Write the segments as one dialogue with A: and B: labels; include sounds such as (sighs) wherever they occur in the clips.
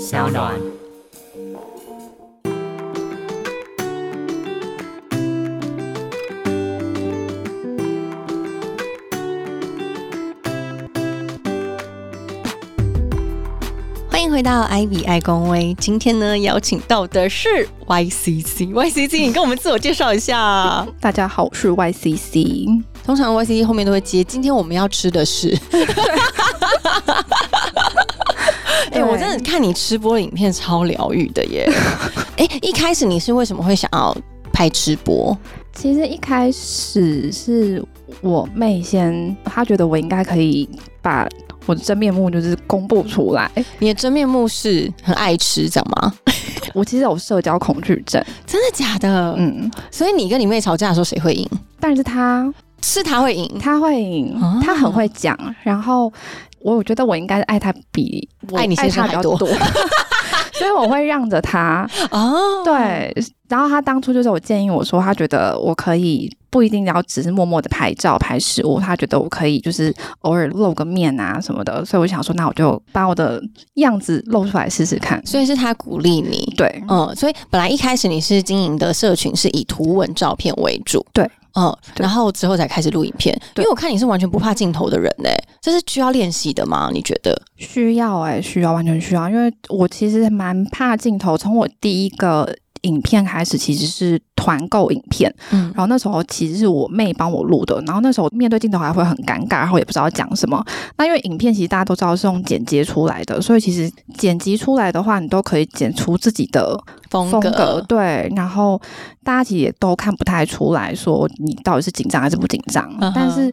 A: 小暖。
B: 欢迎回到艾比爱公威，今天呢邀请到的是 YCC。YCC，你跟我 (laughs) 们自我介绍一下。
C: 大家好，我是 YCC。
B: 通常 YCC 后面都会接，今天我们要吃的 (laughs) 是。哎、
C: 对
B: 我真的看你吃播的影片超疗愈的 (laughs) 耶！哎、一开始你是为什么会想要拍吃播？
C: 其实一开始是我妹先，她觉得我应该可以把我的真面目就是公布出来。
B: 你的真面目是很爱吃，这样吗？
C: 我其实有社交恐惧症，
B: 真的假的？
C: 嗯，
B: 所以你跟你妹吵架的时候，谁会赢？
C: 但是她
B: 是她会赢，
C: 她会赢
B: 啊，
C: 她很会讲，然后我我觉得我应该爱她比我
B: 爱你先生
C: 她比较
B: 还多
C: (laughs) 所以我会让着她。
B: 哦，
C: 对，然后他当初就是我建议我说，他觉得我可以不一定要只是默默的拍照拍食物，他觉得我可以就是偶尔露个面啊什么的，所以我想说，那我就把我的样子露出来试试看。
B: 所以是她鼓励你。
C: 对，
B: 嗯，所以本来一开始你是经营的社群是以图文照片为主，
C: 对，
B: 嗯，然后之后才开始录影片，因
C: 对
B: 为我看你是完全不怕镜头的人呢、这是需要练习的吗？你觉得？
C: 需要哎、需要完全需要，因为我其实蛮怕镜头，从我第一个。影片开始其实是团购影片，
B: 嗯
C: 然，后那时候其实是我妹帮我录的，然后那时候面对镜头还会很尴尬，然后也不知道讲什么。那因为影片其实大家都知道是用剪接出来的，所以其实剪辑出来的话，你都可以剪出自己的
B: 风
C: 风格，对。然后大家其实也都看不太出来说你到底是紧张还是不紧张。
B: 嗯哼
C: 但是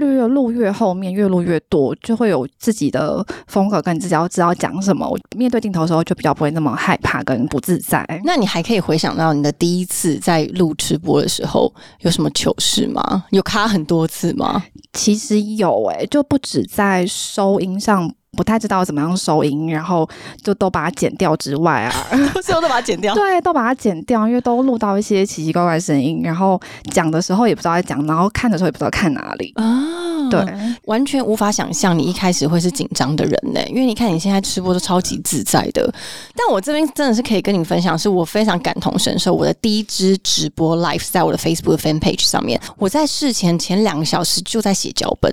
C: 越录越后面，越录越多，就会有自己的风格，跟你自己要知道讲什么。我面对镜头的时候，就比较不会那么害怕跟不自在。
B: 那你还可以回想到你的第一次在录直播的时候有什么糗事吗？有卡很多次
C: (laughs)
B: 吗？
C: 其实有诶、就不止在收音上不太知道怎么样收音，然后就都把它剪掉之
B: (laughs)
C: 外啊，
B: 所以我都把它剪掉。
C: 对，都把它剪掉，因为都录到一些奇奇怪怪的声音，然后讲的时候也不知道在讲，然后看的时候也不知道看哪里。
B: 啊，
C: 对，，
B: 完全无法想象你一开始会是紧张的人呢、因为你看你现在吃播都超级自在的。但我这边真的是可以跟你分享，是我非常感同身受。我的第一支直播 live 在我的 Facebook fan page 上面，我在事前前两个小时就在写脚本。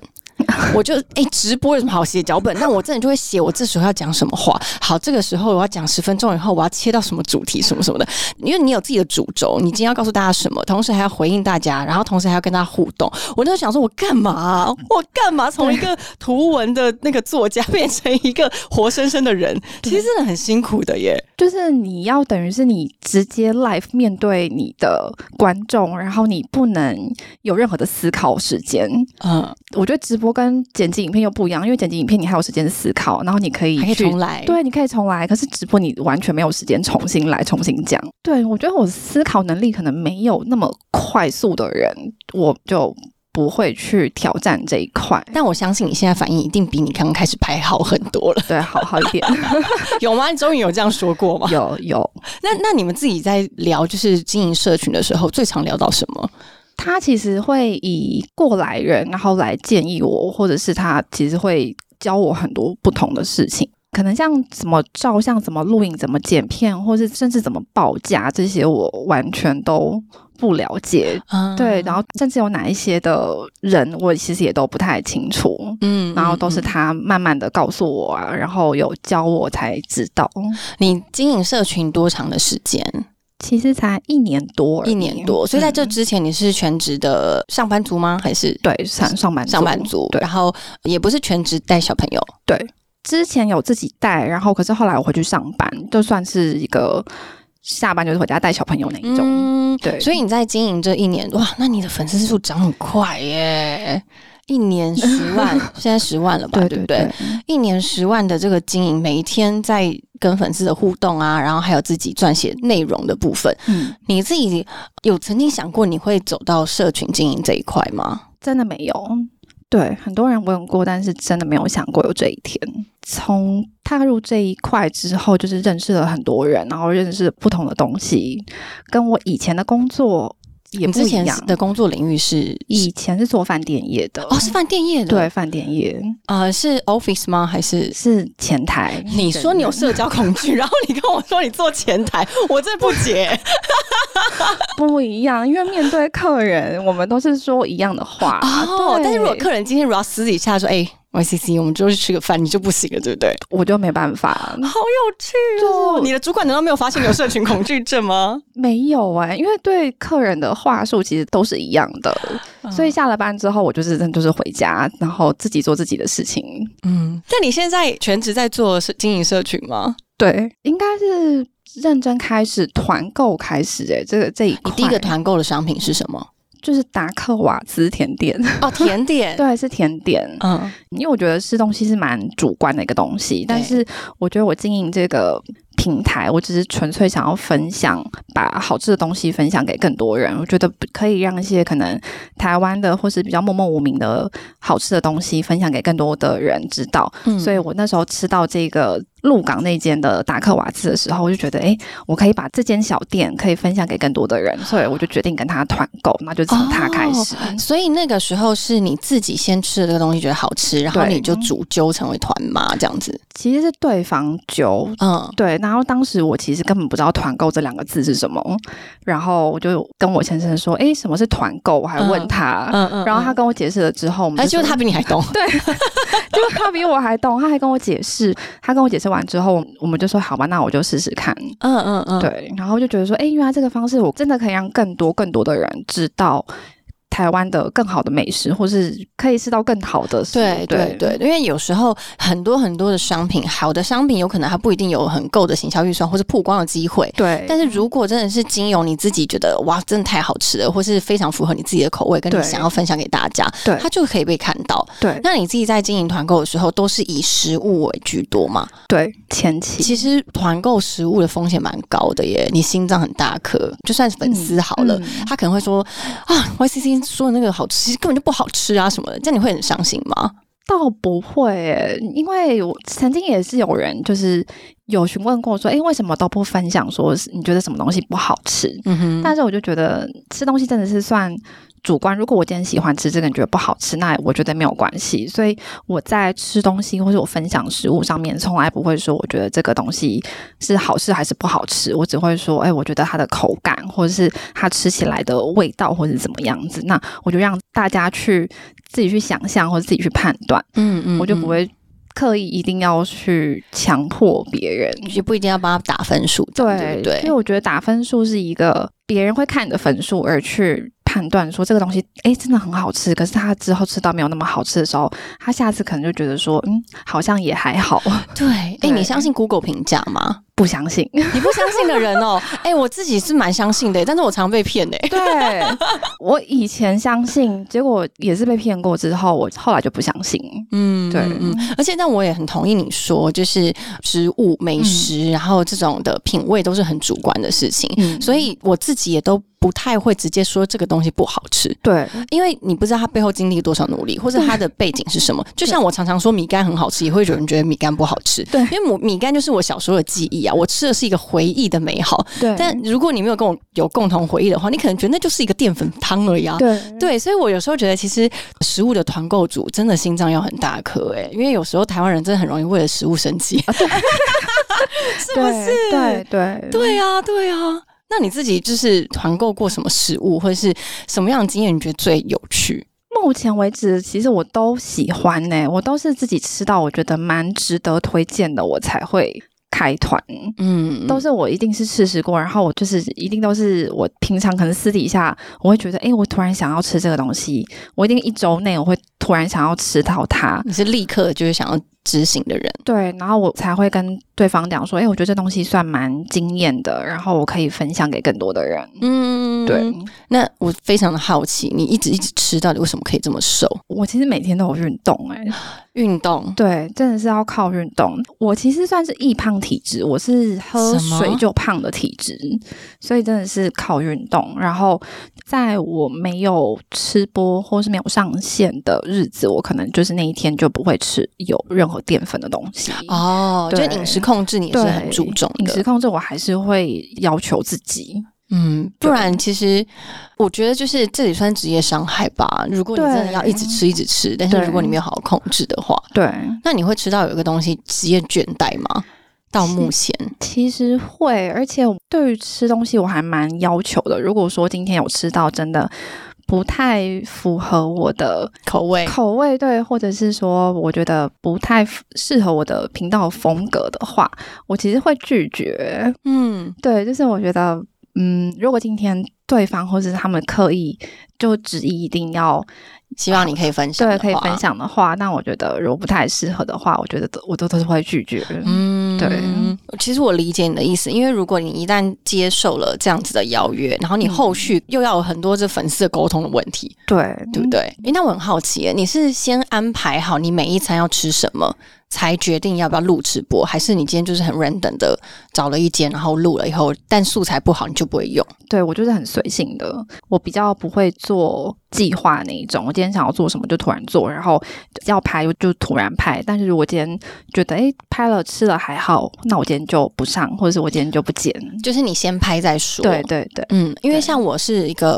B: (laughs) 我就哎、直播有什么好写脚本？那我真的就会写我这时候要讲什么话。好，这个时候我要讲十分钟以后，我要切到什么主题，什么什么的。因为你有自己的主轴，你今天要告诉大家什么，同时还要回应大家，然后同时还要跟大家互动。我那时候想说，我干嘛、
C: (laughs)
B: 我干嘛从一个图文的那个作家变成一个活生生的人？其实真的很辛苦的耶。
C: 就是你要等于是你直接 live 面对你的观众，然后你不能有任何的思考时间。
B: 嗯，
C: 我觉得直播跟剪辑影片又不一样，因为剪辑影片你还有时间思考，然后你可以
B: 还可以
C: 去
B: 重来。，
C: 对，你可以重来，可是直播你完全没有时间重新来重新讲。对我觉得我思考能力可能没有那么快速的人，我就不会去挑战这一块。
B: 但我相信你现在反应一定比你刚刚开始拍好很多
C: (laughs)
B: 了，
C: 对，好好一点，
B: 有吗？你终于有这样说过吗？
C: 有有。
B: 那那你们自己在聊就是经营社群的时候，最常聊到什么？
C: 他其实会以过来人，然后来建议我，或者是他其实会教我很多不同的事情。可能像怎么照相、怎么录影、怎么剪片，或是甚至怎么报价，这些我完全都不了解。
B: 嗯
C: 对，然后甚至有哪一些的人，我其实也都不太清楚。
B: 嗯
C: 然后都
B: 嗯
C: 是他慢慢的告诉我啊，然后有教我才知道，
B: 嗯你经营社群多长的时间？
C: 其实才一年多而已，
B: 一年多，所以在这
C: 嗯
B: 之前你是全职的上班族吗？还是
C: 对上上班族
B: 上班族？
C: 对
B: 然后也不是全职带小朋友，
C: 对，之前有自己带，然后可是后来我回去上班，就算是一个下班就是回家带小朋友那一种，
B: 嗯，
C: 对
B: 所以你在经营这一年，哇，那你的粉丝数涨很快耶，一年十万，
C: (laughs)
B: 现在十万了吧？
C: 对
B: 对不
C: 对
B: 对？一年十万的这个经营，每一天在跟粉丝的互动啊，然后还有自己撰写内容的部分，
C: 嗯，
B: 你自己有曾经想过你会走到社群经营这一块吗？
C: 真的没有。对，很多人问过，但是真的没有想过有这一天。从踏入这一块之后，就是认识了很多人，然后认识不同的东西，跟我以前的工作也
B: 你
C: 不
B: 之
C: 一
B: 前
C: 样。
B: 的工作领域是
C: 以前是做饭店业的，
B: 哦，是饭店业的，
C: 对，饭店业
B: 呃，是 office 吗？还是
C: 是前台。
B: 你说你有社交恐惧，然后你跟我说你做前台， (laughs) 我真的不解
C: 不一样，因为面对客人，我们都是说一样的话。
B: 哦。
C: 啊对
B: 但是如果客人今天如果要私底下说，哎、y C C，我们就是吃个饭，你就不行了，对不对？
C: 我就没办法，
B: 好有趣
C: 就
B: 你的主管难道没有发现你有社群恐惧症
C: (laughs)
B: 吗？
C: 没有哎、因为对客人的话术其实都是一样的，
B: 嗯
C: 所以下了班之后，我就是真的就是回家，然后自己做自己的事情。
B: 嗯，但你现在全职在做社经营社群吗？
C: 对，应该是认真开始团购开始哎、这个这一
B: 你
C: 块
B: 啊第一个团购的商品是什么？
C: 就是达克瓦兹甜点，
B: 哦，甜 (laughs) 点。
C: 对，是甜点。
B: 嗯，
C: 因为我觉得吃东西是蛮主观的一个东西，但是我觉得我经营这个平台，我只是纯粹想要分享，把好吃的东西分享给更多人。我觉得可以让一些可能台湾的或是比较默默无名的好吃的东西分享给更多的人知道。
B: 嗯
C: 所以我那时候吃到这个鹿港那间的达克瓦兹的时候，我就觉得，诶，我可以把这间小店可以分享给更多的人，所以我就决定跟他团购，那就从他开始。
B: 所以那个时候是你自己先吃了这个东西觉得好吃，然后
C: 对
B: 你就煮揪成为团妈这样子。
C: 其实是对方酒
B: 嗯，
C: 对，然后当时我其实根本不知道“团购”这两个字是什么，然后我就跟我先生说：“诶，什么是团购？”我还问他，
B: 嗯嗯
C: 然后他跟我解释了之后，我们
B: 哎，
C: 就
B: 就是他比你
C: (laughs)
B: 还懂。对，
C: 就他比我还懂，他还跟我解释，他跟我解释完之后，我们就说：“好吧，那我就试试看。”
B: 嗯嗯嗯，
C: 对，然后就觉得说：“诶，原来这个方式我真的可以让更多更多的人知道。”台湾的更好的美食，或是可以吃到更好的食物
B: 对对对，因为有时候很多很多的商品，好的商品有可能它不一定有很够的行销预算或是曝光的机会。
C: 对，
B: 但是如果真的是精油，你自己觉得哇，真的太好吃了，或是非常符合你自己的口味，跟你
C: 对
B: 想要分享给大家，
C: 对
B: 它就可以被看到。
C: 对
B: 那你自己在经营团购的时候，都是以食物为居多嘛？
C: 对前期
B: 其实团购食物的风险蛮高的耶，你心脏很大颗，就算是粉丝好了，
C: 嗯嗯
B: 他可能会说啊，YCC 说的那个好吃，其实根本就不好吃啊什么的，这样你会很伤心吗？
C: 倒不会耶，因为我曾经也是有人就是有询问过说，诶，为什么都不分享说是你觉得什么东西不好吃？
B: 嗯哼，
C: 但是我就觉得吃东西真的是算主观。如果我今天喜欢吃这个，你觉得不好吃，那我觉得没有关系。所以我在吃东西或是我分享食物上面，从来不会说我觉得这个东西是好吃还是不好吃，我只会说，哎、我觉得它的口感或者是它吃起来的味道或者是怎么样子。那我就让大家去自己去想象或者自己去判断，
B: 嗯嗯
C: 我就
B: 嗯
C: 不。会刻意一定要去强迫别人。
B: 也不一定要帮他打分数，对不对
C: 因为？我觉得打分数是一个别人会看你的分数而去判断说这个东西，哎，真的很好吃。可是他之后吃到没有那么好吃的时候，他下次可能就觉得说，嗯，好像也还好。 (laughs)
B: 对，哎、
C: 对
B: 你相信 Google 评价 (laughs) 吗？
C: 不相信，
B: 你不相信的人哦，哎、我自己是蛮相信的，但是我常被骗哎。
C: 对 (laughs) 我以前相信，结果也是被骗过。之后我后来就不相信。
B: (laughs) 嗯
C: 对
B: 嗯，嗯而且但我也很同意你说，就是食物、美食，然后这种的品味都是很主观的事情，
C: 嗯，
B: 所以我自己也都不太会直接说这个东西不好吃，
C: 对
B: 因为你不知道他背后经历多少努力，或者他的背景是什么。就像我常常说米干很好吃，也会有人觉得米干不好吃，
C: 对
B: 因为我米干就是我小时候的记忆啊，我吃的是一个回忆的美好。
C: 对，
B: 但如果你没有跟我有共同回忆的话，你可能觉得那就是一个淀粉汤而已啊。
C: 对
B: 对，所以我有时候觉得，其实食物的团购组真的心脏要很大颗哎、因为有时候台湾人真的很容易为了食物生气， (laughs) 是不是？
C: 啊对对
B: 对啊，对啊。那你自己就是团购过什么食物，或者是什么样的经验，你觉得最有趣？
C: 目前为止，其实我都喜欢呢、我都是自己吃到我觉得蛮值得推荐的，我才会开团。
B: 嗯，
C: 都是我一定是试试过，然后我就是一定都是我平常可能私底下我会觉得，诶，我突然想要吃这个东西，我一定一周内我会突然想要吃到它，
B: 你是立刻就是想要执行的人，
C: 对，然后我才会跟对方讲说，诶，我觉得这东西算蛮惊艳的，然后我可以分享给更多的人。
B: 嗯，
C: 对，
B: 那我非常的好奇，你一直一直吃，到底为什么可以这么瘦？
C: 我其实每天都有运动、哎诶。
B: 运动，
C: 对，真的是要靠运动。我其实算是易胖体质，我是喝
B: 什么
C: 水就胖的体质，所以真的是靠运动。然后，在我没有吃播或是没有上线的日子，我可能就是那一天就不会吃有任何淀粉的东西。
B: 哦，就
C: 对
B: 饮食控制你也
C: 对，
B: 是很注重
C: 饮
B: 的
C: 食控制，我还是会要求自己。
B: 嗯，不然其实我觉得就是这里算职业伤害吧。如果你真的要一直吃一直吃，但是
C: 对
B: 如果你没有好好控制的话，
C: 对，
B: 那你会吃到有一个东西职业倦怠吗？到目前，
C: 其实会，而且我对于吃东西我还蛮要求的。如果说今天有吃到真的不太符合我的
B: 口味
C: 口味，对，或者是说我觉得不太符适合我的频道风格的话，我其实会拒绝。
B: 嗯，
C: 对，就是我觉得，嗯，如果今天对方或者是他们刻意就执意一定要
B: 希望你可以分享，
C: 对可以分。享的话，那我觉得如果不太适合的话，我觉得都我都都是会拒绝。
B: 嗯，
C: 对，
B: 其实我理解你的意思，因为如果你一旦接受了这样子的邀约，然后你后续又要有很多这粉丝的沟通的问题，
C: 对
B: 对不对？诶那我很好奇耶，你是先安排好你每一餐要吃什么，才决定要不要录直播，还是你今天就是很 random 的找了一间，然后录了以后，但素材不好你就不会用？
C: 对我就是很随性的，我比较不会做计划那一种。我今天想要做什么就突然做，然后要拍就突然拍。但是如果今天觉得诶拍了吃了还好，那我今天就不上，或者是我今天就不剪。
B: 就是你先拍再说，
C: 对对对，
B: 嗯，因为
C: 对
B: 像我是一个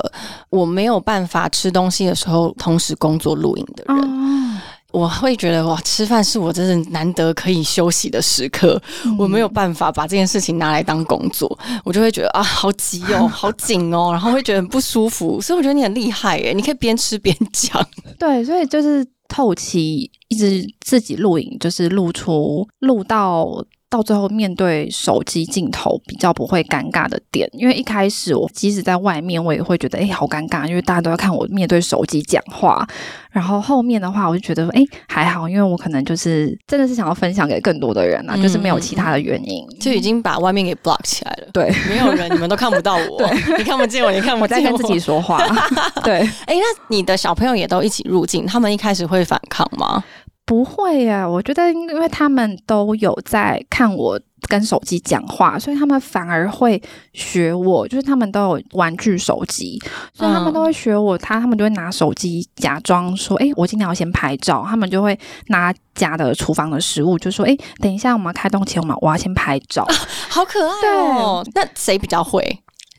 B: 我没有办法吃东西的时候同时工作录影的人，
C: 哦
B: 我会觉得哇，吃饭是我真的难得可以休息的时刻，
C: 嗯
B: 我没有办法把这件事情拿来当工作，我就会觉得啊，好急
C: (laughs)
B: 哦，好紧哦，然后会觉得很不舒服，所以我觉得你很厉害耶，你可以边吃边讲，
C: 嗯对，所以就是后期一直自己录影，就是录出录到到最后面对手机镜头比较不会尴尬的点，因为一开始我即使在外面，我也会觉得哎、诶好尴尬，因为大家都要看我面对手机讲话。然后后面的话，我就觉得哎、诶还好，因为我可能就是真的是想要分享给更多的人啊，就是没有其他的原因。
B: 就已经把外面给 block 起来了。
C: 对，
B: 没有人，你们都看不到我，你看不见我，你看不
C: (laughs) 我
B: 见
C: 在
B: 我。
C: 跟自己说话， (laughs) 对。
B: 哎、那你的小朋友也都一起入境，他们一开始会反抗吗？
C: 不会呀、我觉得因为他们都有在看我跟手机讲话，所以他们反而会学我，就是他们都有玩具手机，所以他
B: 嗯
C: 们都会学我，他他们就会拿手机假装说：“诶，我今天要先拍照。”他们就会拿家的厨房的食物，就说：“诶，等一下我们要开动前，我们我要先拍照。
B: 好可爱哦！那谁比较会？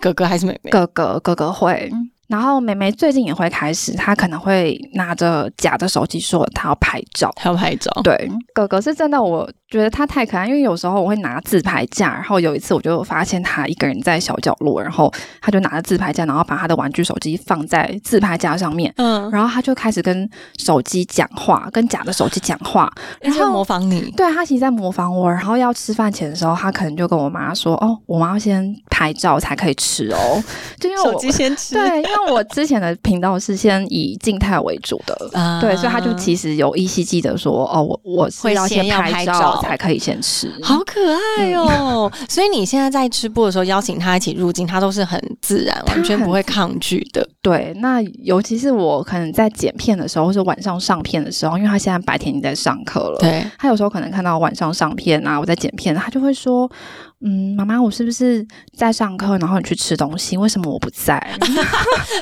B: 哥哥还是妹妹？
C: 哥哥哥哥会。然后妹妹最近也会开始，她可能会拿着假的手机说她要拍照，
B: 他要拍照。
C: 对，哥哥是真的，我觉得他太可爱，因为有时候我会拿自拍架，然后有一次我就发现他一个人在小角落，然后他就拿着自拍架，然后把他的玩具手机放在自拍架上面，
B: 嗯，
C: 然后他就开始跟手机讲话，跟假的手机讲话，
B: 然
C: 然
B: 后
C: 后
B: 模仿你，
C: 对啊他其实在模仿我，然后要吃饭前的时候，他可能就跟我妈说：“哦，我妈要先拍照才可以吃哦。”就因为我
B: 先吃
C: 对，因为我之前的频道是先以静态为主的，
B: 啊
C: 对，所以他就其实有依稀记得说，哦，我我
B: 会
C: 是要
B: 先
C: 先
B: 要拍
C: 拍
B: 照
C: 照才可以先吃。
B: 好可爱哦！所以你现在在直播的时候邀请他一起入境，他都是很自然，
C: 他
B: 完全
C: 很
B: 不会抗拒的。
C: 对，那尤其是我可能在剪片的时候，或是晚上上片的时候，因为他现在白天已经在上课
B: (laughs)
C: 了，
B: 对，
C: 他有时候可能看到晚上上片啊，我在剪片，他就会说，嗯，妈妈，我是不是在上课？然后你去吃东西，为什么我不在？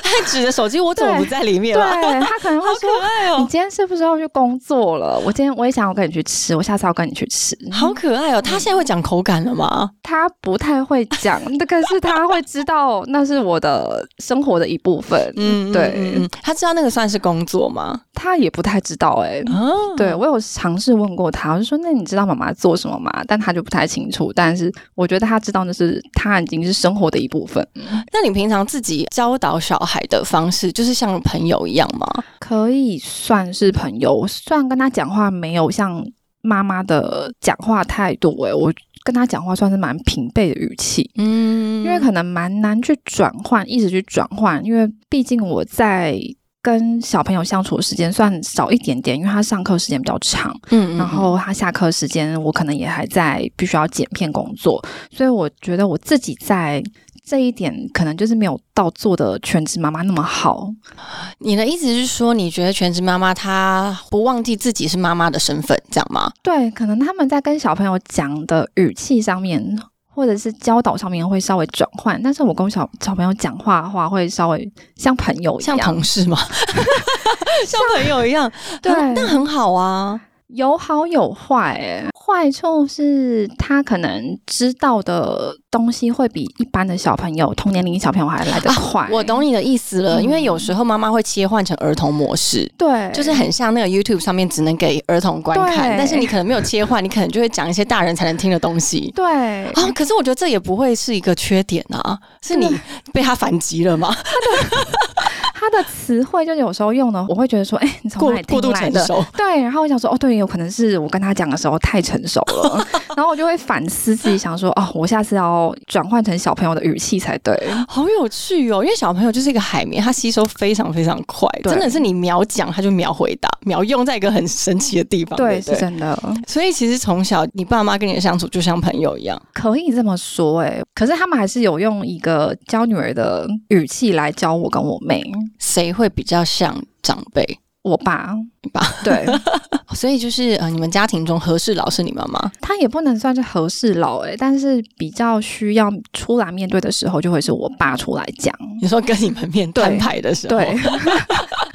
B: 他指着手机，我怎么
C: 对
B: 不在里面
C: 对
B: 了？
C: 他可能会
B: 好
C: 说。
B: 可爱
C: 你
B: 哦！
C: 今天是不是要去工作了？我今天我也想要跟你去吃，我下次要跟你去吃。
B: 好可爱哦！他现在会讲口感了吗？
C: 他不太会讲， (laughs) 可是他会知道那是我的生活的一部分。
B: 嗯，
C: 对
B: 嗯，嗯他知道那个算是工作吗？
C: 他也不太知道哎、
B: 哦，
C: 对我有尝试问过他，我就说：“那你知道妈妈做什么吗？”但他就不太清楚。但是我觉得他知道那是他已经是生活的一部分，
B: 那你平常自己教导小孩的方式，就是像朋友一样吗？
C: 可以算是朋友。我虽然跟他讲话没有像妈妈的讲话态度哎、我跟他讲话算是蛮平辈的语气，
B: 嗯
C: 因为可能蛮难去转换，一直去转换，因为毕竟我在跟小朋友相处的时间算少一点点，因为他上课时间比较长，
B: 嗯
C: 然后他下课时间我可能也还在必须要剪片工作，所以我觉得我自己在这一点可能就是没有到做的全职妈妈那么好。
B: 你的意思是说，你觉得全职妈妈她不忘记自己是妈妈的身份，这样吗？
C: 对，可能他们在跟小朋友讲的语气上面，或者是教导上面会稍微转换，但是我跟小小朋友讲话的话，会稍微像朋友一
B: 像
C: 样， (laughs)
B: 同事吗？像朋友一样，
C: 对
B: 很那很好啊。
C: 有好有坏、欸，坏处是他可能知道的东西会比一般的小朋友、同年龄小朋友还来得快。
B: 啊哦我懂你的意思了，
C: 嗯
B: 因为有时候妈妈会切换成儿童模式。
C: 对，
B: 就是很像那个 YouTube 上面只能给儿童观看，
C: 对
B: 但是你可能没有切换，你可能就会讲一些大人才能听的东西
C: 对，
B: 啊。可是我觉得这也不会是一个缺点啊，是你被他反击了
C: 哦
B: 吗？
C: 他的词汇就有时候用的，我会觉得说，哎、你从
B: 过
C: 哪里
B: 过
C: 听
B: 度
C: 来
B: 成
C: 的？
B: 熟，
C: 对，然后我想说，哦，对，有可能是我跟他讲的时候太成熟
B: (laughs)
C: 了，然后我就会反思自己，想说，哦，我下次要转换成小朋友的语气才对。
B: 好有趣哦！因为小朋友就是一个海绵，他吸收非常非常快，
C: 对
B: 真的是你秒讲他就秒回答，秒用在一个很神奇的地方。对
C: 对，
B: 不
C: 是
B: 对，
C: 真的，
B: 所以其实从小你爸妈跟你的相处就像朋友一样。
C: 可以这么说哎、可是他们还是有用一个教女儿的语气来教我跟我妹，
B: 谁会比较像长辈？
C: 我爸，
B: 你爸，
C: 对 (laughs)
B: 所以就是呃，你们家庭中合适老是你妈妈。
C: 他也不能算是和事佬哎、但是比较需要出来面对的时候，就会是我爸出来讲，
B: 你说跟你们面
C: 对
B: 摊牌的时候，
C: 嗯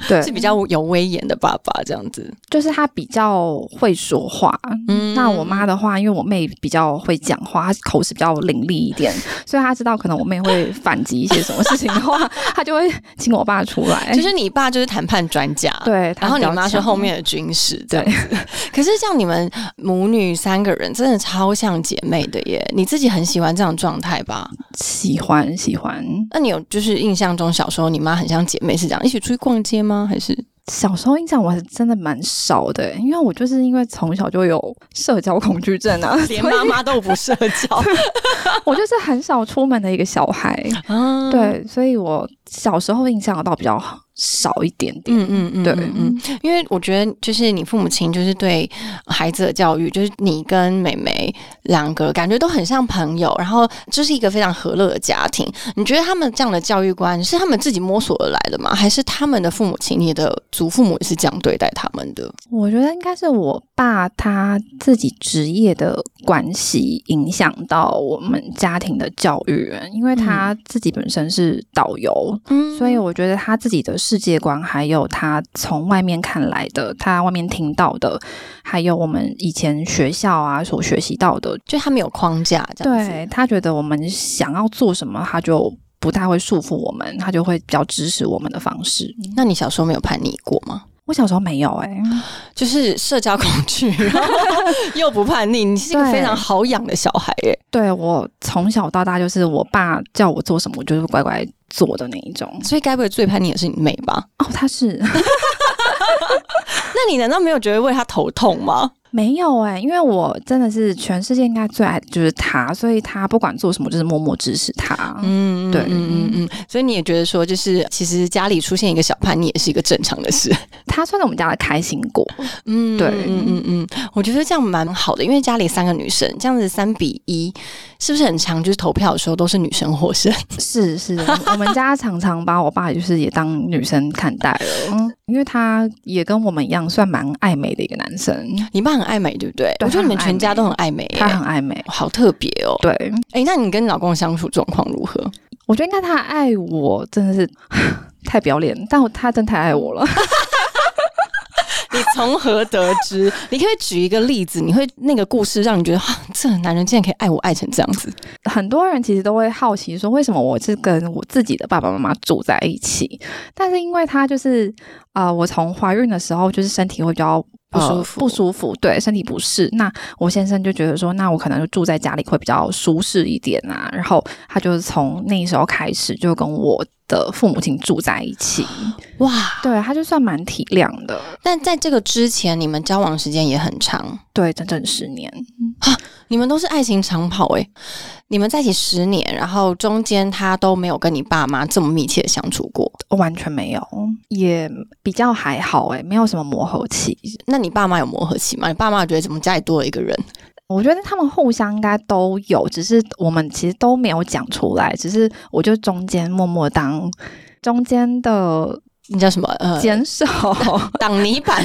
C: 对，
B: (laughs)
C: 对，
B: 是比较有威严的爸爸这样子。
C: 就是他比较会说话。
B: 嗯
C: 那我妈的话，因为我妹比较会讲话，她口齿比较伶俐一
B: (laughs)
C: 点，所以她知道可能我妹会反击一些什么事情的话，她就会请我爸出来。
B: 就是你爸就是谈判专家，。
C: 哎对，她
B: 然后
C: 比
B: 你
C: 较
B: 妈是
C: 强
B: 后面的军师，这
C: 对
B: 样子。 (laughs) 可是像你们母女三个人，真的超像姐妹的耶！你自己很喜欢这样的状态吧？
C: 喜欢喜欢。
B: 那你有就是印象中小时候你妈很像姐妹是这样，一起出去逛街吗？还是
C: 小时候印象我还真的蛮少的，因为我就是因为从小就有社交恐惧症
B: (laughs)
C: 啊，所以
B: 妈都不社交？
C: 我就是很少出门的一个小孩。
B: 啊，
C: (laughs) 对，所以我小时候印象到比较少一点点。
B: 嗯嗯嗯，
C: 对
B: 嗯嗯，因为我觉得就是你父母亲就是对孩子的教育，就是你跟妹妹两个感觉都很像朋友，然后这是一个非常和乐的家庭。你觉得他们这样的教育观是他们自己摸索而来的吗？还是他们的父母亲，你的祖父母也是这样对待他们的？
C: 我觉得应该是我爸他自己职业的关系影响到我们家庭的教育，因为他自己本身是导游，
B: 嗯
C: 所以我觉得他自己的世界观，还有他从外面看来的，他外面听到的，还有我们以前学校啊所学习到的，
B: 就他们有框架这样子。
C: 对他觉得我们想要做什么，他就不太会束缚我们，他就会比较支持我们的方式。
B: 那你小时候没有叛逆过吗？
C: 我小时候没有哎、
B: 就是社交恐惧，然后 (laughs) 又不叛逆，你是一个
C: 对
B: 非常好养的小孩耶。
C: 对我从小到大就是我爸叫我做什么，我就是乖乖做的那一种。
B: 所以该不会最叛逆也是你妹吧？
C: 哦，他是 (laughs)
B: 那你难道没有觉得为他头痛吗？
C: 没有哎、因为我真的是全世界应该最爱的就是他，所以他不管做什么就是默默支持他。
B: 嗯
C: 对
B: 嗯嗯嗯。所以你也觉得说，就是其实家里出现一个小叛逆也是一个正常的事。
C: 他算是我们家的开心果，
B: 嗯
C: 对
B: 嗯嗯嗯。我觉得这样蛮好的，因为家里三个女生，这样子三比一，是不是很常？就是投票的时候都是女生获胜。
C: 是是，我们家常常把我爸就是也当女生看待了，嗯，因为他也跟我们一样算蛮爱美的一个男生，
B: 你爸很爱美，对不对？
C: 对
B: 我觉得你们全家都很爱美耶、
C: 他很爱美，
B: 好特别哦。
C: 对，
B: 哎、那你跟你老公的相处状况如何？
C: 我觉得应该他爱我真的是 (laughs) 太不要脸，但我他真太爱我了。
B: 你从何得知？ (laughs) 你可以举一个例子，你会那个故事让你觉得，啊，这个男人竟然可以爱我爱成这样子。
C: 很多人其实都会好奇说，为什么我是跟我自己的爸爸妈妈住在一起？但是因为他就是呃，我从怀孕的时候就是身体会比较。
B: 不
C: 呃
B: 舒服
C: 不舒服，对，身体不适。那我先生就觉得说，那我可能就住在家里会比较舒适一点啊。然后他就是从那时候开始就跟我的父母亲住在一起，
B: (sighs) 哇，
C: 对，他就算蛮体谅的，
B: 但在这个之前，你们交往时间也很长，
C: 对，整整十年。
B: 你们都是爱情长跑诶、你们在一起十年，然后中间他都没有跟你爸妈这么密切的相处过，
C: 完全没有，也比较还好欸诶、没有什么磨合期。
B: 那你爸妈有磨合期吗？你爸妈觉得怎么家里多了一个人？
C: 我觉得他们互相应该都有，只是我们其实都没有讲出来，只是我就中间默默当中间的
B: 那叫什么？呃，(laughs)
C: 减少
B: 挡泥板。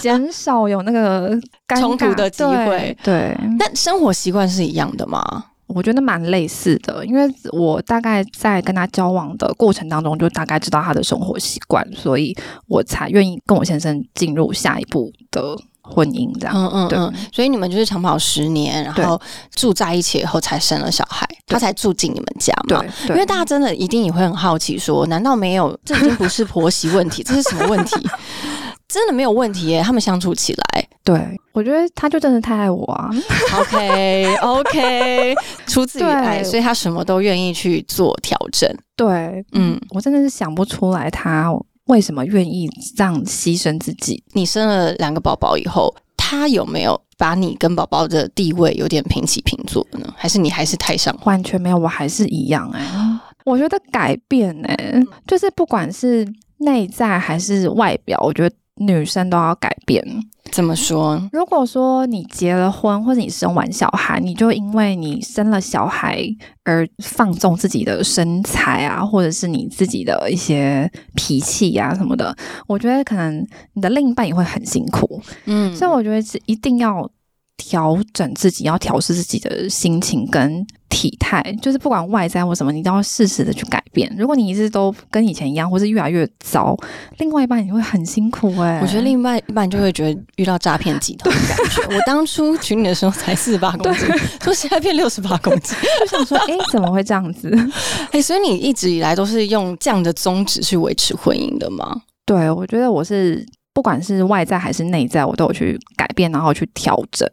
C: 减少有那个尴尬
B: 冲突的机会
C: 对，对
B: 但生活习惯是一样的吗？
C: 我我觉得蛮类似的，因为我大概在跟他交往的过程当中，就大概知道他的生活习惯，所以我才愿意跟我先生进入下一步的婚姻这样。
B: 嗯嗯
C: 对
B: 嗯，所以你们就是长跑十年，然后住在一起以后才生了小孩，他才住进你们家嘛。
C: 对，
B: 因
C: 对
B: 为大家真的一定也会很好奇说难道没有？这已经不是婆媳问题，这 (laughs) 是什么问题？真的没有问题耶、他们相处起来
C: (laughs) 对，我觉得他就真的太爱我啊。
B: ，OK OK，出自于
C: 对
B: 爱，所以他什么都愿意去做调整。
C: 对，
B: 嗯，
C: 我真的是想不出来他为什么愿意这样牺牲自己。
B: 你生了两个宝宝以后，他有没有把你跟宝宝的地位有点平起平坐呢？还是你还是太上皇？
C: 完全没有，我还是一样哎、我觉得改变哎、就是不管是内在还是外表，我觉得女生都要改变。
B: 怎么说？
C: 如果说你结了婚或者你生完小孩，你就因为你生了小孩而放纵自己的身材啊，或者是你自己的一些脾气啊什么的，我觉得可能你的另一半也会很辛苦。
B: 嗯
C: 所以我觉得是一定要调整自己，要调试自己的心情跟体态，就是不管外在或什么，你都要适时的去改变。如果你一直都跟以前一样，或是越来越糟，另外一半你会很辛苦哎、
B: 我觉得另外一半就会觉得遇到诈骗集团的感觉。我当初娶你的时候才四十八公斤，说现在变六十八公斤。
C: 就想说，哎、怎么会这样子？
B: (laughs) 哎、所以你一直以来都是用这样的宗旨去维持婚姻的吗？
C: 对我觉得我是。不管是外在还是内在，我都有去改变，然后去调整。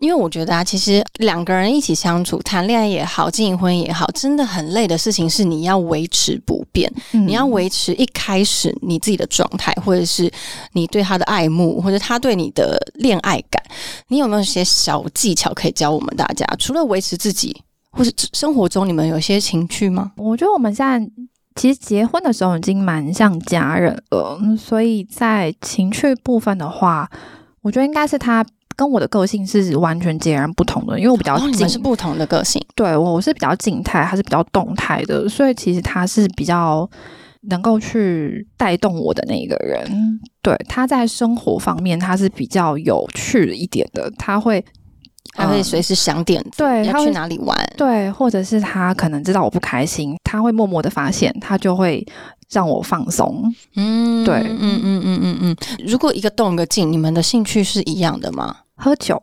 B: 因为我觉得啊，其实两个人一起相处，谈恋爱也好，经营婚姻也好，真的很累的事情是你要维持不变。
C: 嗯
B: 你要维持一开始你自己的状态，或者是你对他的爱慕，或者他对你的恋爱感，你有没有一些小技巧可以教我们大家？除了维持自己，或是生活中你们有一些情趣吗？
C: 我觉得我们现在其实结婚的时候已经蛮像家人了，嗯所以在情趣部分的话，我觉得应该是他跟我的个性是完全截然不同的，因为我比较
B: 然哦后你
C: 静，
B: 们是不同的个性，
C: 对我是比较静态，他是比较动态的，所以其实他是比较能够去带动我的那一个人。对，他在生活方面他是比较有趣一点的，他会
B: 还会随时想点子，
C: 对
B: 要
C: 他
B: 去
C: 会
B: 哪里玩。
C: 对，或者是他可能知道我不开心，他会默默的发现，他就会让我放松。
B: 嗯
C: 对
B: 嗯嗯嗯嗯嗯。如果一个动一个静，你们的兴趣是一样的吗？
C: 喝酒，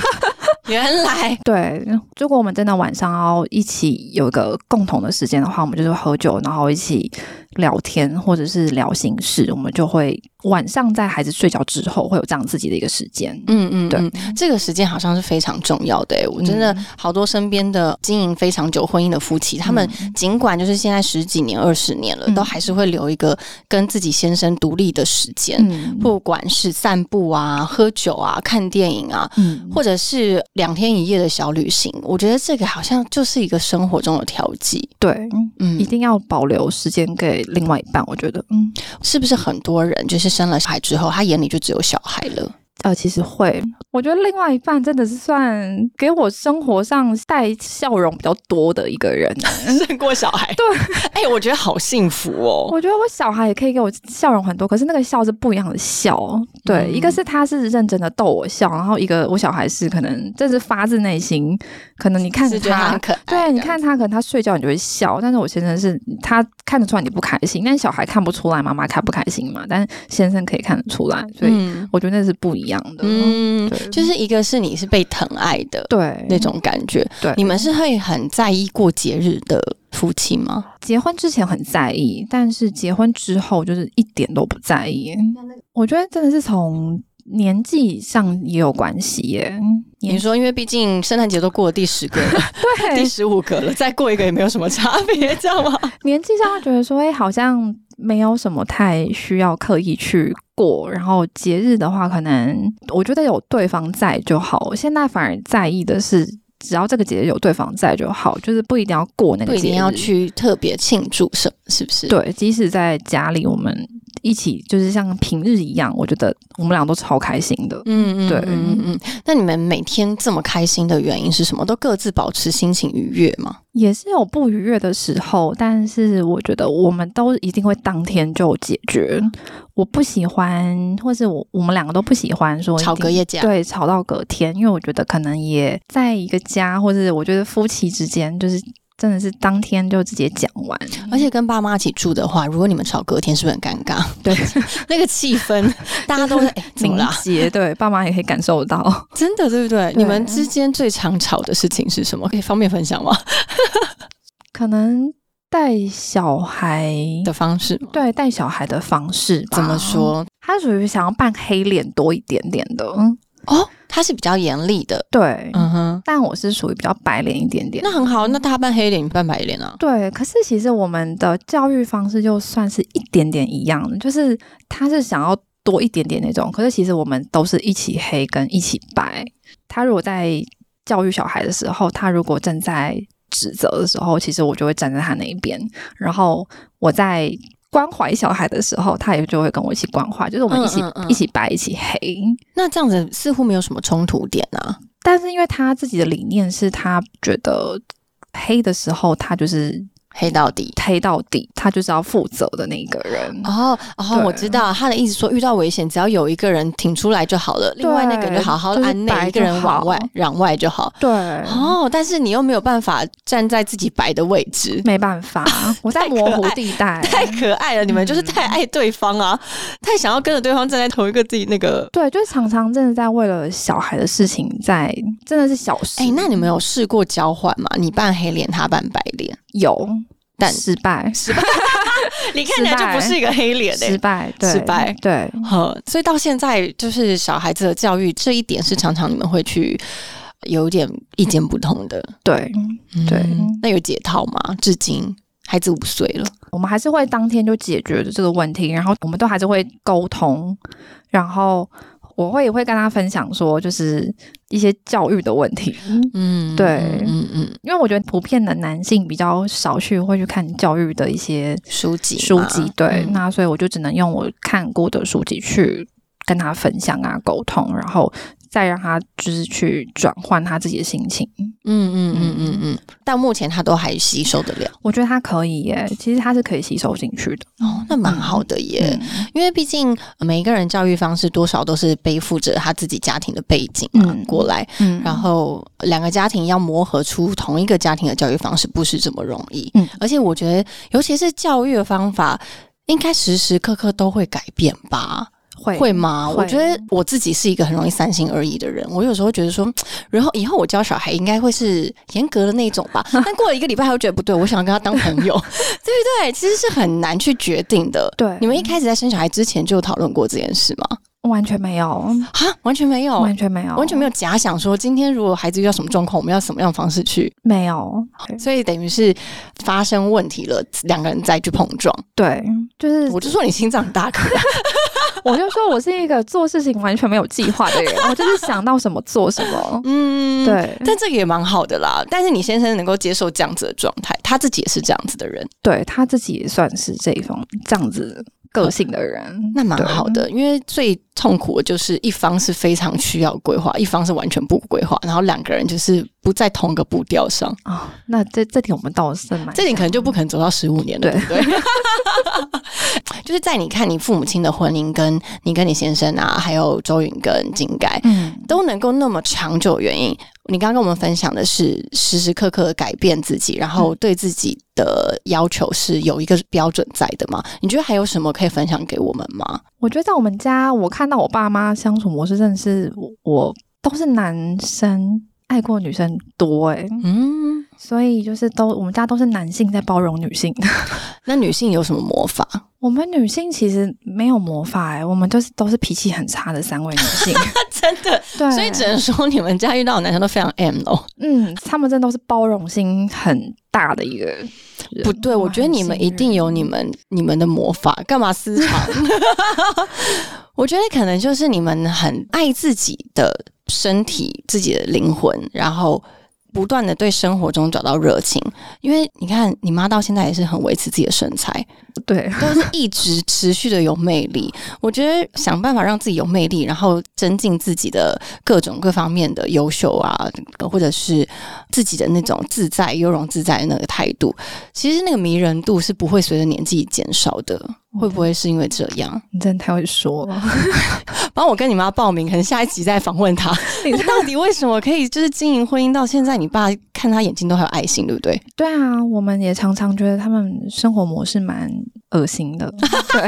C: (laughs)
B: 原来，
C: 对。如果我们真的晚上要一起有一个共同的时间的话，我们就是喝酒，然后一起聊天，或者是聊心事。我们就会晚上在孩子睡觉之后，会有这样自己的一个时间。
B: 嗯嗯，
C: 对
B: 嗯这个时间好像是非常重要的、欸。我真的
C: 嗯
B: 好多身边的经营非常久婚姻的夫妻，他们尽管就是现在十几年、二十年了，
C: 嗯
B: 都还是会留一个跟自己先生独立的时间，
C: 嗯
B: 不管是散步啊、喝酒啊、看电影啊。
C: 嗯
B: 或者是两天一夜的小旅行，我觉得这个好像就是一个生活中的调剂。
C: 对，
B: 嗯，
C: 一定要保留时间给另外一半。我觉得，嗯，
B: 是不是很多人就是生了小孩之后，他眼里就只有小孩了？
C: 呃，其实会，我觉得另外一半真的是算给我生活上带笑容比较多的一个人。啊
B: 胜过小孩？对，哎、我觉得好幸福哦。
C: 我觉得我小孩也可以给我笑容很多，可是那个笑是不一样的笑。对，
B: 嗯
C: 一个是他是认真的逗我笑，然后一个我小孩是可能这是发自内心，可能你看
B: 是觉得他
C: 他
B: 很。可爱。
C: 对，你看他可能他睡觉你就会笑，但是我先生是他看得出来你不开心，但小孩看不出来妈妈开不开心嘛，但是先生可以看得出来，所
B: 这样，
C: 以
B: 嗯
C: 我觉得那是不一样的。
B: 嗯
C: 对，
B: 就是一个是你是被疼爱的
C: 对，
B: 那种感觉。
C: 对
B: 你们是会很在意过节日的夫妻吗？
C: 结婚之前很在意，但是结婚之后就是一点都不在意。我觉得真的是从年纪上也有关系耶。
B: 你
C: 年
B: 说，因为毕竟圣诞节都过了第十个了，第
C: 对
B: 十五个了，再过一个也没有什么差别，知道吗？
C: 年纪上会觉得说，哎、好像没有什么太需要刻意去过。然后节日的话，可能我觉得有对方在就好。现在反而在意的是，只要这个节日有对方在就好，就是不一定要过那
B: 不
C: 个
B: 一
C: 节日，
B: 定要去特别庆祝什么，是不是？
C: 对，即使在家里，我们一起，就是像平日一样，我觉得我们俩都超开心的。
B: 嗯嗯，
C: 对
B: 嗯嗯嗯。那你们每天这么开心的原因是什么？都各自保持心情愉悦吗？
C: 也是有不愉悦的时候，但是我觉得我们都一定会当天就解决。我不喜欢，或是我我们两个都不喜欢说一定
B: 吵隔夜架
C: 对，吵到隔天，因为我觉得可能也在一个家，或是我觉得夫妻之间就是。真的是当天就直接讲完，
B: 而且跟爸妈一起住的话，如果你们吵隔天，是不是很尴尬？
C: 对，
B: 那个气氛， (laughs) 大家都是哎、怎么
C: 凝
B: 啦？
C: 结，对爸妈也可以感受到。
B: 真的对不对？嗯
C: 对
B: 你们之间最常吵的事情是什么？可以方便分享吗？
C: 可能带小孩，
B: 的方式吗
C: 对带小孩的方式吧
B: 怎么？说？
C: 他属于想要扮黑脸多一点点的，嗯，
B: 哦，他是比较严厉的，
C: 对。
B: 嗯哼，
C: 但我是属于比较白脸一点点。
B: 那很好，那他扮黑脸，你扮白脸啊？
C: 对，可是其实我们的教育方式就算是一点点一样的，就是他是想要多一点点那种，可是其实我们都是一起黑跟一起白。他如果在教育小孩的时候，他如果站在指责的时候，其实我就会站在他那一边，然后我在。关怀小孩的时候，他也就会跟我一起关怀，就是我们一起、
B: 嗯嗯嗯
C: 一起白一起黑。
B: 那这样子似乎没有什么冲突点啊。
C: 但是因为他自己的理念是他觉得黑的时候，他就是
B: 黑到底，
C: 黑到底，他就是要负责的那一个人。
B: 哦哦，
C: 对
B: 我知道他的意思说，遇到危险只要有一个人挺出来就好了，另外那个人就好好
C: 就是
B: 安内，
C: 摆
B: 一个人
C: 就好
B: 往外攘外就好。
C: 对，
B: 哦，但是你又没有办法站在自己白的位置，
C: (laughs) 没办法，我在
B: 太可
C: 模糊
B: 爱
C: 地带。
B: (laughs) 太可爱了！你们就是太爱对方啊，太想要跟着对方站在同一个自己那个。
C: 对，就是常常真的在为了小孩的事情在，真的是小事。
B: 哎、那你们有试过交换吗？你扮黑脸，他扮白脸，
C: 有
B: 但
C: 失败，
B: 你看起来就不是一个黑脸哎、
C: 失败，对，
B: 失败
C: 对，
B: 好，所以到现在就是小孩子的教育这一点是常常你们会去有点意见不同的。
C: 对，对
B: 嗯那有解套吗？至今孩子五岁了，
C: 我们还是会当天就解决这个问题，然后我们都还是会沟通，然后我会也会跟他分享说，就是一些教育的问题，
B: 嗯
C: 对
B: 嗯嗯，
C: 因为我觉得普遍的男性比较少去会去看教育的一些
B: 书籍嘛
C: 书籍，对，
B: 嗯
C: 那所以我就只能用我看过的书籍去跟他分享啊，沟通，然后再让他就是去转换他自己的心情。
B: 嗯嗯嗯嗯嗯，到目前他都还吸收得了，
C: 我觉得他可以耶，其实他是可以吸收进去的。
B: 哦，那蛮好的耶。
C: 嗯
B: 因为毕竟呃每一个人教育方式多少都是背负着他自己家庭的背景嘛、
C: 嗯
B: 过来，
C: 嗯
B: 然后两个家庭要磨合出同一个家庭的教育方式，不是这么容易。
C: 嗯
B: 而且我觉得，尤其是教育的方法，应该时时刻刻都会改变吧。
C: 会
B: 会吗？
C: 会
B: 我觉得我自己是一个很容易三心二意的人。我有时候觉得说，然后以后我教小孩应该会是严格的那一种
C: (laughs)
B: 吧。但过了一个礼拜，我觉得不对，我想要跟他当朋友，对不对？其实是很难去决定的。
C: 对
B: 你们一开始在生小孩之前就有讨论过这件事吗？
C: 完全没有，
B: 啊，完全没有，
C: 完全没有，
B: 完全没有假想说今天如果孩子遇到什么状况，我们要什么样的方式去。
C: 没有。
B: 所以等于是发生问题了，两个人再去碰撞。
C: 对，就是
B: 我就说你心脏很大颗，
C: 我就说我是一个做事情完全没有计划的人，我就是想到什么做什么。
B: 嗯，。
C: 对
B: 但这个也蛮好的啦。但是你先生能够接受这样子的状态，他自己也是这样子的人，
C: 对，他自己也算是这一方这样子个性的人，
B: 那蛮好的。因为最痛苦的就是一方是非常需要规划，一方是完全不规划，然后两个人就是不在同一个步调上，
C: 啊、那这这点我们倒是蛮
B: 这点可能就不可能走到十五年了，对
C: 对
B: 不对？ (laughs) 就是在你看你父母亲的婚姻，跟你跟你先生啊，还有周云跟金盖，
C: 嗯，
B: 都能够那么长久，原因你刚刚跟我们分享的是时时刻刻改变自己，然后对自己的要求是有一个标准在的嘛？你觉得还有什么可以分享给我们吗？
C: 我觉得在我们家，我看到我爸妈相处模式，真的是我我都是男生。爱过女生多哎、
B: 嗯，
C: 所以就是都我们家都是男性在包容女性。
B: 那女性有什么魔法？
C: (laughs) 我们女性其实没有魔法哎、我们就是都是脾气很差的三位
B: (laughs)
C: 女性。
B: (laughs) 真的，
C: 对，
B: 所以只能说你们家遇到的男生都非常 M 哦。
C: 嗯，他们真的都是包容心很大的一个人。
B: 不对，我觉得你们一定有你们你们的魔法，干嘛私藏？ (laughs) 我觉得可能就是你们很爱自己的身体、自己的灵魂，然后不断的对生活中找到热情，因为你看你妈到现在也是很维持自己的身材，
C: 对，
B: 都是一直持续的有魅力。 (laughs) 我觉得想办法让自己有魅力，然后增进自己的各种各方面的优秀啊，或者是自己的那种自在、优容自在的那个态度，其实那个迷人度是不会随着年纪减少的。会不会是因为这样？
C: 你真的太会说了。
B: 帮我跟你妈报名，可能下一集再访问她。
C: 你
B: 你到底为什么可以就是经营婚姻到现在？你爸看她眼睛都还有爱心，对不对？
C: 对啊，我们也常常觉得他们生活模式蛮恶心的。
B: 嗯
C: (laughs) 对，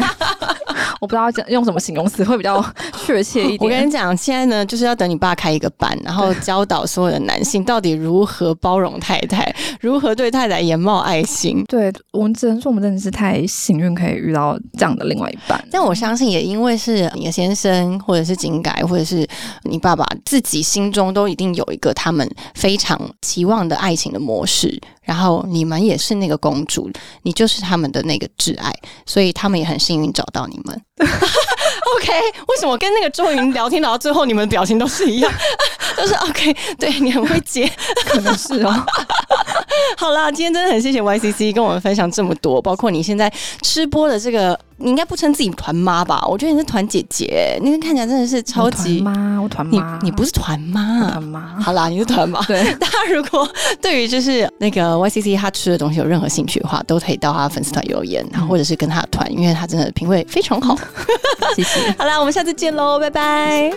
C: 我不知道讲用什么形容词会
B: (laughs)
C: 比较确切一点。
B: 我跟你讲，现在呢，就是要等你爸开一个班，然后教导所有的男性到底如何包容太太，如何对太太眼冒爱心。
C: 对我们只能说，我们真的是太幸运，可以遇到这样的另外一半。
B: 但我相信，也因为是你的先生，或者是井改，或者是你爸爸自己心中都一定有一个他们非常期望的爱情的模式。然后你们也是那个公主，你就是他们的那个挚爱，所以他们也很幸运找到你们。OK，为什么跟那个周云聊天聊到最后，你们的表情都是一样？ (laughs) 就是 OK，对你很会接，
C: 可能
B: (laughs)
C: 是哦，
B: 好啦，今天真的很谢谢 YCC 跟我们分享这么多，包括你现在吃播的这个，你应该不称自己团妈吧？我觉得你是团姐姐，那个看起来真的是超级
C: 我团妈，我团
B: 你
C: 妈，
B: 你不是团
C: 我
B: 妈
C: 团。妈？
B: 好啦，你是团 (laughs) 妈。
C: 对，
B: 大家如果对于就是那个 YCC 他吃的东西有任何兴趣的话，都可以到他的粉丝团留言，然后或者是跟他的团，因为他真的品味非常好。
C: 谢谢。
B: 好啦，我们下次见喽，拜拜。